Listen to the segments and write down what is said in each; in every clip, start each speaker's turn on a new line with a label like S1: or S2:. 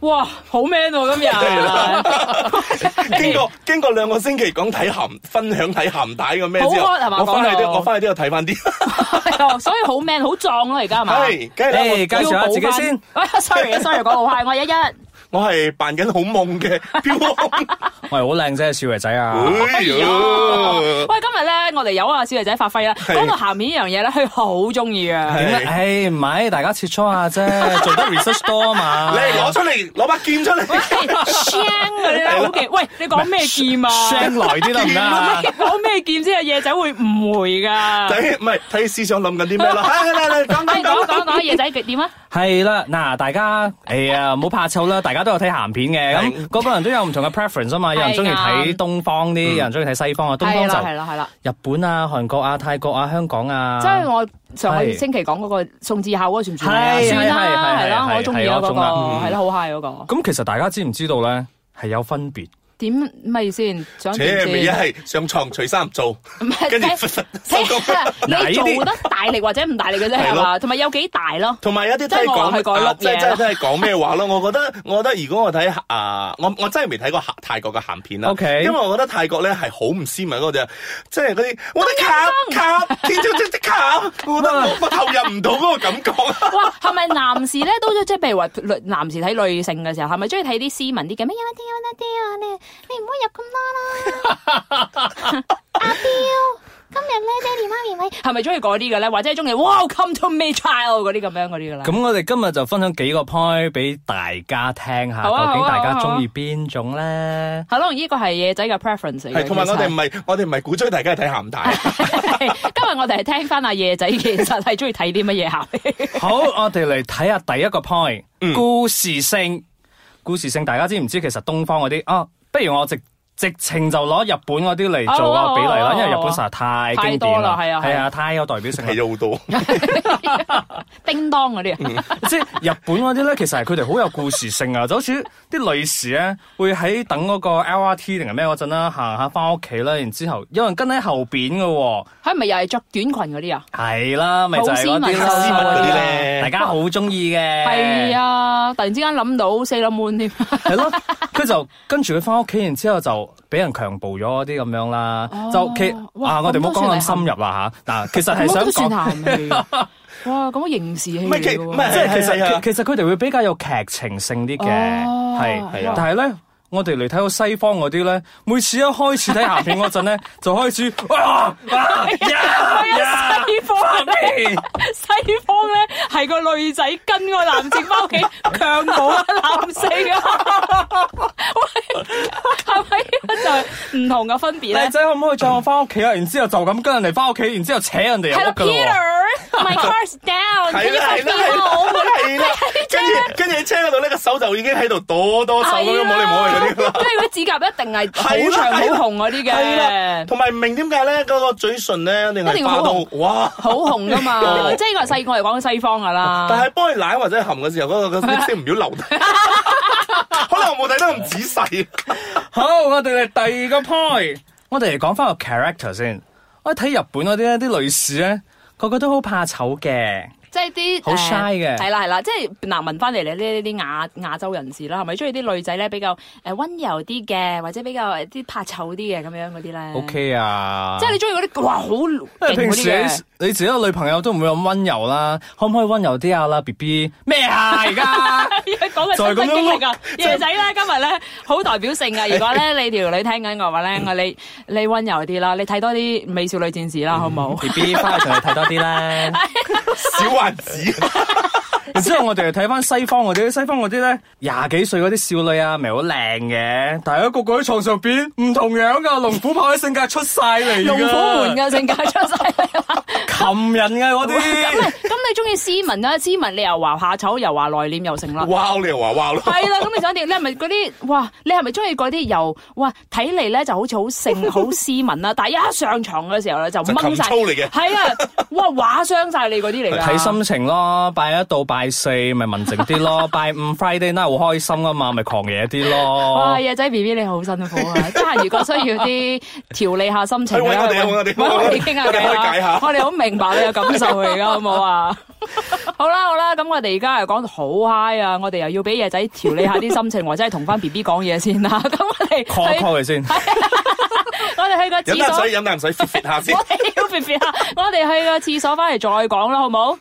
S1: 哇，好 man 喎、
S2: 經
S1: 今日，
S2: 過經過兩個星期講睇鹹分享睇鹹帶嘅咩之後
S1: 好 hot 係嘛，
S2: 我翻去
S1: 講
S2: 都
S1: 到
S2: 我翻去都有睇 翻啲。
S1: 係啊所以好 man 好壯咯，而家係嘛？
S2: 係，梗係啦，
S3: 誒介紹下自己先。
S1: sorry sorry，講好 high，我一一
S2: 我我係扮緊好夢 嘅標王。
S3: 我係好靚仔嘅少爺仔啊！
S2: 哎呀
S1: 喂，今日咧我哋有啊小肥仔發揮啦，講到鹹片呢樣嘢咧，佢好中意啊。
S3: 點咧？誒唔係，大家切磋下 啫，做得 research 多啊嘛。
S2: 你攞出嚟，攞把劍出嚟。
S1: 聲嗰啲咧好 勁，喂，你講咩劍啊？
S3: 聲來啲得唔得啊
S1: 你？講咩劍先啊？夜仔會誤會 㗎。
S2: 睇唔係睇思想諗緊啲咩 啦？嚟嚟嚟，講
S1: 哎
S2: 講
S1: 講
S2: 講
S1: 講講夜仔點啊？
S3: 係啦，嗱，大家哎呀，唔好怕醜啦，大家都有睇鹹片嘅，咁個個人都有唔同嘅 preference 啊嘛，有人中意睇東方啲，有人中意睇西方啊，東
S1: 嗯係啦係
S3: 方
S1: 啦係啦。
S3: 就日本啊、韓國啊、泰國啊、香港啊，
S1: 即係我上個
S3: 係
S1: 星期講嗰個宋智孝嗰個算唔算啊？
S3: 係
S1: 算啦，
S3: 係係
S1: 係啦，
S3: 係
S1: 我中意啊
S3: 係
S1: 嗰
S3: 我
S1: 個，
S3: 中啦嗯
S1: 係啦，好 high 嗰個。
S3: 咁其實大家知唔知道咧？係有分別，
S1: 點咪先？想點
S2: 切咪一
S1: 先？
S2: 係上床除衫做，
S1: 唔 係
S2: 跟住
S1: 睇
S2: 收工
S1: 睇
S3: 嗱
S1: 你
S3: 呢啲
S1: 做得大力或者唔大力嘅啫，
S2: 係
S1: 係
S2: 咯
S1: 嘛？同埋有幾大咯？
S2: 同埋有啲
S1: 即
S2: 真
S1: 係
S2: 係
S1: 我係改
S2: 講，啊
S1: 碌嘢
S2: 即係真係真係講咩話咯？ 我覺得，我覺得如果我睇啊，我我真係未睇過鹹泰國嘅鹹片啦。
S3: OK
S2: 因為我覺得泰國咧係好唔斯文嗰隻，即係嗰啲我啲卡卡天朝即即卡，我覺得我我投入唔到嗰個感覺。
S1: 哇，係咪男士咧都即係譬如話女男士睇女性嘅時候，係咪中意 睇啲斯文啲嘅咩？有一啲有一啲啊，你你唔好入咁多啦。阿彪，今日咧爹哋媽咪咪係咪中意嗰啲嘅咧？或者係中意 Welcome to me child 嗰啲咁樣嗰啲嘅啦？
S3: 咁我哋今日就分享幾個 point 俾大家聽下，
S1: 好啊
S3: 究竟
S1: 好啊
S3: 大
S1: 好
S3: 家
S1: 啊
S3: 中意邊種咧？
S1: 係咯，呢個係野仔嘅 preference 嚟嘅
S2: 係，同埋我 哋唔
S1: 其實
S2: 係我哋唔係鼓吹大家去睇鹹帶。
S1: 今日我哋係聽翻阿野仔，其實係中意睇啲乜嘢鹹片？
S3: 好，我哋嚟睇下第一個 point，、故
S1: 嗯
S3: 事性。故事性，大家知唔知？其實東方嗰啲啊，不如我直直情就攞日本嗰啲嚟做
S1: 哦哦
S3: 個比例啦，
S1: 哦
S3: 因為日本實在太經
S1: 太多
S3: 典
S1: 啦
S3: 啦，
S1: 係啊係啊
S3: 係啊，太有代表性
S2: 睇
S3: 啦。
S2: 咗好多，
S1: 叮當嗰啲啊，
S3: 即係日本嗰啲咧，其實係佢哋好有故事性啊，就好似啲女士咧會喺等嗰個 LRT 定係咩嗰陣啦，行下翻屋企啦，然之後有人跟喺後邊嘅喎，
S1: 係咪又係着短裙嗰啲啊？
S3: 係啦，咪就係嗰啲
S1: 好斯文
S3: 啦，
S2: 嗰啲咧
S3: 大家好中意嘅，
S1: 係啊！突然之間諗到 Sailor Moon 添，
S3: 係咯，佢就跟住佢翻屋企，然之後就俾人強暴咗嗰啲咁樣啦。
S1: 哦
S3: 就其
S1: 哇
S3: 啊，我哋唔好
S1: 咁都
S3: 講
S1: 算係
S3: 咁深入啦吓。嗱，其實係
S1: 咁
S3: 想
S1: 都算
S3: 講，
S1: 鹹戲啊。哇！咁刑事戲
S2: 唔係其
S1: 嚟
S2: 唔
S1: 嘅
S2: 係
S1: 喎，
S3: 即係其
S2: 係啊
S3: 實其其實佢哋會比較有劇情性啲嘅，
S1: 哦
S3: 係
S1: 係啊。
S3: 但係咧，我哋嚟睇到西方嗰啲咧，每次一開始睇鹹片嗰陣 咧，就開始哇啊哇
S1: 啊
S3: 呀 呀
S1: 西方咧， 西方咧係個女仔跟個男性翻 屋企強暴啊男性啊，喂，係咪就係唔同嘅分別咧
S3: 靚？仔可唔可以載我翻屋企啊？然之後就咁跟人哋翻屋企，然之後扯人哋入
S1: 係啦
S3: 屋噶啦。
S1: ，Peter，my car's
S2: 係
S1: down，
S2: 啦係啦係啦係啦，跟住跟住喺車嗰度咧個手就已經喺度哆哆手咁樣摸嚟摸去嗰啲啦。
S1: 即係嗰啲指甲一定係好
S2: 係啦
S1: 長好
S2: 係啦
S1: 紅嗰啲
S2: 係啦，
S1: 嘅，
S2: 同埋唔明點解咧，嗰個嘴唇咧，定
S1: 一定
S2: 係
S1: 要
S2: 化
S1: 好
S2: 到
S1: 紅啊
S2: 哇！
S1: 好紅噶嘛，
S2: 哦
S1: 即係呢個係細個嚟講嘅西方噶啦。
S2: 但係幫你舐或者含嘅時候，嗰、個個 色唔要流。 可能我冇睇得咁仔細。
S3: 好，我哋嚟第二個 point，我哋嚟講翻個 character 先。我睇日本嗰啲咧，啲女士咧，個個都好怕醜嘅。
S1: 即係啲
S3: 好
S1: 誒
S3: shy 嘅
S1: 係啦係啦，即係嗱問翻嚟你呢啲亞亞洲人士啦，係咪中意啲女仔咧比較誒温柔啲嘅，或者比較誒啲怕醜啲嘅咁樣嗰啲咧
S3: OK 啊，
S1: 嗯即係你中意嗰啲哇好勁
S3: 因為
S1: 嗰
S3: 平
S1: 啲
S3: 時
S1: 嘅，
S3: 你你自己個女朋友都唔會咁温柔啦，可唔可以温柔啲啊啦，B B 咩啊 而家？
S1: 講嘅
S3: 就係
S1: 親
S3: 咁
S1: 身
S3: 樣咯
S1: 經歷啊，夜仔咧今日咧好代表性啊！如果 咧你條女聽緊我話咧，我你你温柔啲啦，你睇多啲美少女戰士啦，好唔好？
S3: B B 翻去同你睇多啲啦。
S2: 小丸子，
S3: 然之後我哋嚟睇翻西方嗰啲，西方嗰啲咧廿幾歲嗰啲少女啊，咪好靚嘅，但係一個個喺床上邊唔同樣噶，龍虎豹嘅性格出晒嚟㗎，
S1: 龍虎門嘅性格出晒嚟啦。
S3: 擒人嘅嗰啲。
S1: 咁啊你中意斯文啦，斯文你又話下醜，又話內斂又成啦。
S2: 哇！你又話哇咯。
S1: 係啊啦，咁你想點？你係咪嗰啲哇？你係咪中意嗰啲又哇？睇嚟咧就好似好性好斯文啦，但係一上床嘅時候咧就
S2: 就
S1: 掹
S2: 擒
S1: 晒，
S2: 粗嚟嘅
S1: 係啊，哇畫傷晒你嗰啲嚟㗎。
S3: 睇心情咯，拜一到拜拜四咪文靜啲 咯，拜五 Friday night 好開心啊嘛，咪狂野啲咯
S2: 哦
S1: 哇，。野仔 B B 你好辛苦 啊！得閒如果需要啲調理下心情，
S2: 去搵我哋啊搵我哋
S1: 搵我哋傾下
S2: 我哋
S1: 偈
S2: 開解
S1: 啦
S2: 下。
S1: 我哋好明白你嘅感受嚟 噶，好冇啊？好啦好啦，咁我哋而家又講到好 high 啊！我哋又要俾野仔調理下啲心情，或者係同翻 B B 講嘢先啦。 咁我哋
S3: call
S1: 去
S3: call 佢先，
S1: 我哋去個
S2: 飲啖
S1: 廁所，
S2: 水，飲啖水 fit fit 下先
S1: 我。哋要 B B 啊！我哋去個廁所翻嚟再講啦，好冇？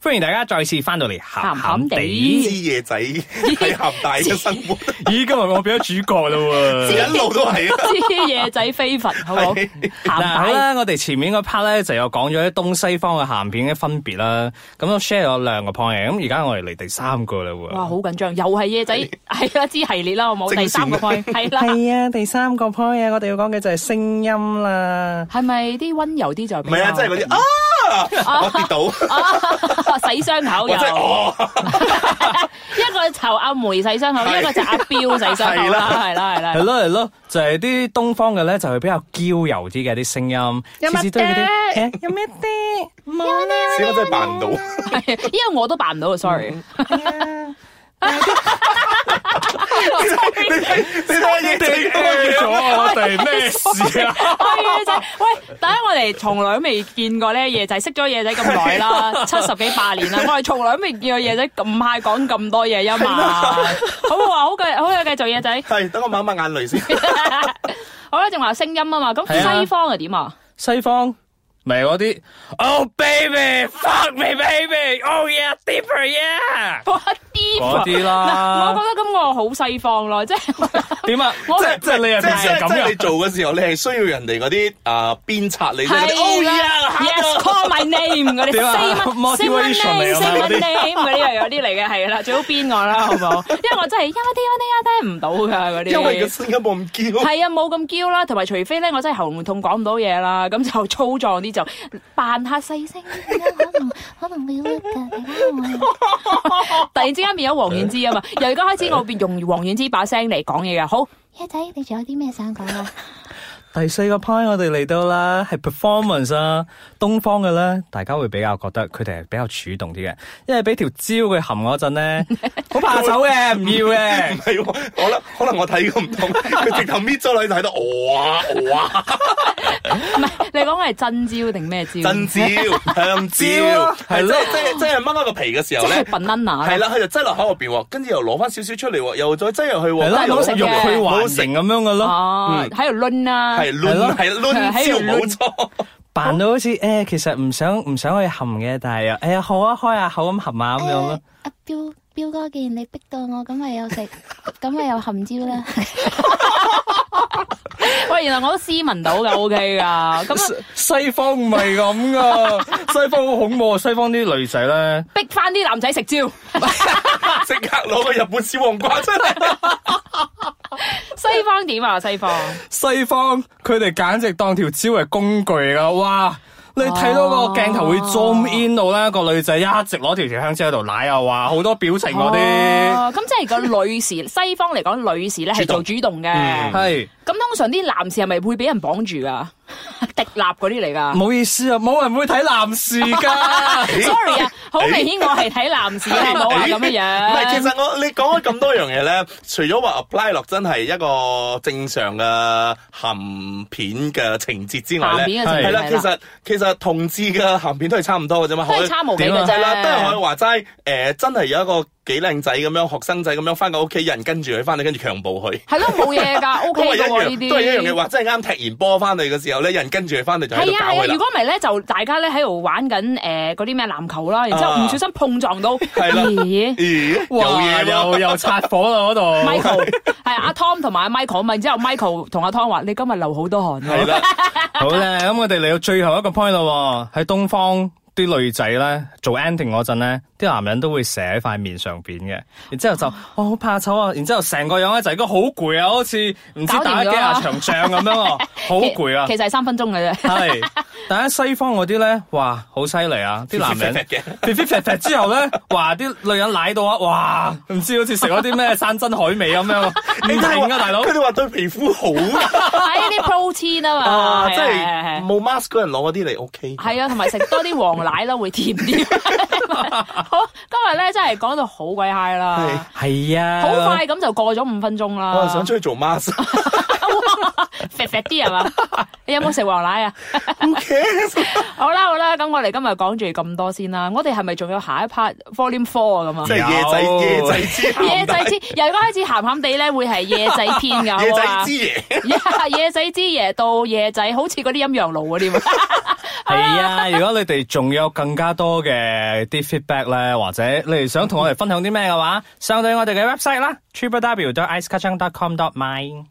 S3: 歡迎大家再次翻到嚟鹹鹹
S1: 鹹鹹
S3: 地
S1: 地。
S2: 知夜仔喺鹹大嘅生活，
S3: 咦，今日我變咗主角啦 喎！
S2: 一路都係啊。
S1: 知野仔非佛，好冇？
S2: 係
S1: 鹹
S3: 嗱好
S1: 帶
S3: 啦，我哋前面嗰 part 咧就有講咗啲東西方嘅鹹片嘅分別啦，咁我 share 咗兩個 point，嘅咁而家我哋嚟第三個啦喎。
S1: 哇，好緊張，又係野仔，係啦，知系列啦，好冇？
S2: 正
S1: 第三個
S2: 線
S1: point 係啦。
S3: 係啊，第三個 point 啊，我哋要講嘅就係聲音啦。
S1: 係咪啲温柔啲就
S2: 唔
S1: 比較
S2: 係啊，即係嗰啲
S1: 嗯
S2: 啊，我跌倒，
S1: 哦
S2: 我
S1: 啊 洗傷口又
S2: 真係哦，
S1: 一個就阿梅洗傷口，
S2: 係
S1: 一個就阿彪洗傷口
S2: 係
S1: 啦
S2: 啦，
S1: 係啦係啦
S3: 係。咯係咯，就係啲東方嘅咧，就係比較嬌柔啲嘅啲聲音，次次都係嗰啲誒有咩啲冇啦，
S2: 死我真係扮唔 到。
S1: 係因為我都扮唔到啊，sorry。
S2: 你睇你睇嘢整
S3: 咗我哋咩事啊？
S1: 喂，野仔，喂，第一我哋從來都未見過咧，野仔識咗野仔咁 耐啦，七十幾八年啦，我哋從來都未見過野仔咁快講咁多嘢啊 嘛。好唔好啊？好嘅，好嘅，繼續野仔。
S2: 係，等我抹一抹眼淚先。
S1: 好啦，仲話聲音啊嘛，咁
S3: 係啊
S1: 西方係點啊？
S3: 西方咪嗰啲 Oh baby fuck me baby oh yeah deeper yeah
S1: 嗰啲
S3: 嗰
S1: 啊
S3: 啲
S1: 嗱
S3: 啦
S1: 我覺得咁我好西方咯，即係。
S3: 點啊？
S1: 我
S3: 即即係你又
S2: 哦即
S3: 平
S2: 係
S3: 時
S2: 即係即
S3: 係
S2: 係
S3: 咁
S2: 你
S3: 嘅？
S2: 做嘅時候，你係需要人哋嗰啲啊鞭策你。即係嗰啲
S1: 係啊
S2: Oh
S1: 啦
S2: yeah，
S1: ，Yes call my name 嗰啲
S3: 點啊
S1: say my say my name
S3: Motivation 嚟
S2: 啊
S3: 㗎
S1: say my
S3: 嘛嗰啲
S1: name 嗰啲又有啲嚟嘅，係啦，最好邊我 啦，好唔好？因為我真係一啲一啲一啲唔到㗎嗰啲。
S2: 因為個聲音冇咁嬌。
S1: 係啊，冇咁嬌啦，同埋除非咧，我真係喉嚨痛講唔到嘢啦， 咁就粗壯啲就扮下細聲啲啦，可能可能你會突
S2: 哦
S1: 然之間變咗黃遠之啊嘛，由而家開始我變用黃遠之把聲嚟講嘢嘅，好
S4: 一仔，你仲有啲咩想講啊？
S3: 第四個 point 我哋嚟到啦，係 performance 啊，東方嘅咧，大家會比較覺得佢哋係比較主動啲嘅，因為俾條蕉佢含嗰陣 咧，好怕醜嘅，唔要嘅
S2: 唔。係喎，可能可能我睇過唔同，佢直頭搣咗落去睇到，哇哇，
S1: 唔係你講我係真招定咩招？
S2: 真蕉香蕉，
S3: 係
S2: 係
S3: 咯
S2: 咯，即係即係掹開個皮嘅時
S1: 即
S2: 候
S1: 係
S2: 咧，
S1: banana 啦
S2: 係啦，佢就擠落口入邊喎，跟住又攞翻少少出嚟喎，又再擠入去
S3: 係
S2: 喎，
S3: 咯，
S1: 但係冇食
S3: 肉
S1: 嘅
S3: 去
S2: 冇
S3: 環
S2: 食
S3: 形咁樣嘅咯，
S1: 哦，喺度抡啦，
S2: 係攣係攣
S1: 係喺
S2: 蕉
S1: 度攣
S2: 冇錯。
S3: 扮到好似誒、其實唔想唔想去含嘅，但係又哎呀好啊，開下口咁含下
S1: 哦
S3: 咁樣咯
S4: 誒。哎阿彪彪哥，既然你逼到我，咁咪又食，咁咪又含蕉啦。
S1: 喂，原來我都斯文 到噶，OK 噶，咁啊
S3: 西方唔係咁噶， 西方好恐怖啊！西方啲女仔咧，
S1: 逼翻啲男 仔食蕉，
S2: 即刻攞個日本小黃瓜出嚟，
S1: 西方點啊？西方
S3: 西方佢哋簡直當條蕉係工具噶，哇！你睇到個鏡頭會 zoom in 到咧，個女仔一直攞條條香蕉喺度舐啊，哇！好多表情嗰啲，
S1: 哦咁即係個女士， 西方嚟講女士咧係做主動嘅，咁
S3: 係
S1: 通常啲男士係咪會俾人綁 住噶？迪立嗰啲嚟
S3: 唔
S1: 噶。
S3: 好意思啊，冇人會睇男士 噶。
S1: sorry 啊，好明顯我係睇男士啊，冇話咁嘅
S2: 唔係，
S1: 樣。
S2: 其實我你講咗咁多樣嘢咧，除咗話 apply 落真係一個正常嘅鹹片嘅情節之外咧，
S1: 鹹片嘅情節
S2: 係啦，
S1: 係
S2: 其
S1: 啦
S2: 實其實同志嘅鹹片都係差唔多嘅啫嘛，
S1: 都係差無幾嘅
S2: 啊
S1: 啫
S2: 係啦，都係可以話齋誒，真係有一個幾靚仔咁樣學生仔咁樣翻個屋企人跟住佢翻嚟，跟住強暴佢。
S1: 係咯，冇 嘢㗎
S2: 都係
S1: ，OK
S2: 一
S1: 㗎喎呢
S2: 樣，都係一樣嘅
S1: 啲。
S2: 話，真係啱踢完波翻嚟嘅時候咧，人跟住佢翻嚟就喺
S1: 係
S2: 度
S1: 啊
S2: 搞
S1: 係啊，
S2: 佢
S1: 如
S2: 啦
S1: 果。唔係咧，就大家咧喺度玩緊誒嗰啲咩籃球啦，然之後唔小心碰撞到，
S2: 係啦
S1: 咦
S2: 咦，有
S3: 哇
S2: 嘢喎！
S3: 又又擦火啦 嗰度。
S1: Michael 係阿 Tom 同埋阿 Michael 嘛，然之後 Michael 同阿 Tom 話：你今日流好多汗
S2: 係
S1: 喎。
S2: 啦，
S3: 好啦，咁我哋嚟到最後一個 point 咯喎，喺東方啲女仔咧做 ending 嗰陣咧，啲男人都會寫喺塊面上邊嘅，然之後就我好怕醜啊，然之後成個樣咧就係個好攰啊，好似唔知
S1: 搞掂
S3: 打幾
S1: 咗啊
S3: 下場仗 咁樣啊，好攰啊
S1: 其，其實係三分鐘 嘅啫。
S3: 係。但喺西方嗰啲咧，哇，好犀利啊！啲男人肥肥肥肥之後咧，哇，啲女人奶到啊，哇，唔知好似食咗啲咩山珍海味 咁樣，唔停啊，大佬
S2: 佢。哋話對皮膚好啊。
S1: 哎係啲 protein 啊嘛，
S2: 啊，
S1: 係
S2: 即
S1: 啊
S2: 係
S1: 係啊係啊
S2: 冇 mask 嗰人攞嗰啲嚟 OK。
S1: 係啊，同埋食多啲黃奶啦，會甜啲。 好，今日咧真係講到好鬼 high 啦，
S3: 系啊，
S1: 好快咁就過咗五分鐘啦。
S2: 我係想出去做 mask。
S1: 肥肥啲係嘛？你有冇食黃奶啊？
S2: Who cares？
S1: 好啦好啦，咁我哋今日講住咁多先啦。我哋係咪仲有下一 part Volume Four 啊？咁啊
S2: 即？係夜仔
S3: 有
S2: 夜仔之鹹
S1: 夜仔之由而家開始鹹鹹地咧，會係夜仔篇噶，
S2: 夜
S1: 好
S2: 仔
S1: 啊
S2: 之？夜。
S1: Yeah，夜 仔之夜到夜仔，好似嗰啲陰陽路嗰啲喎。
S3: 系啊！如果你哋仲有更加多嘅啲 feedback 咧，或者你哋想同我哋分享啲咩嘅話，上到我哋嘅 website 啦 t r i p l e w i c e c a c h a n g c o m m y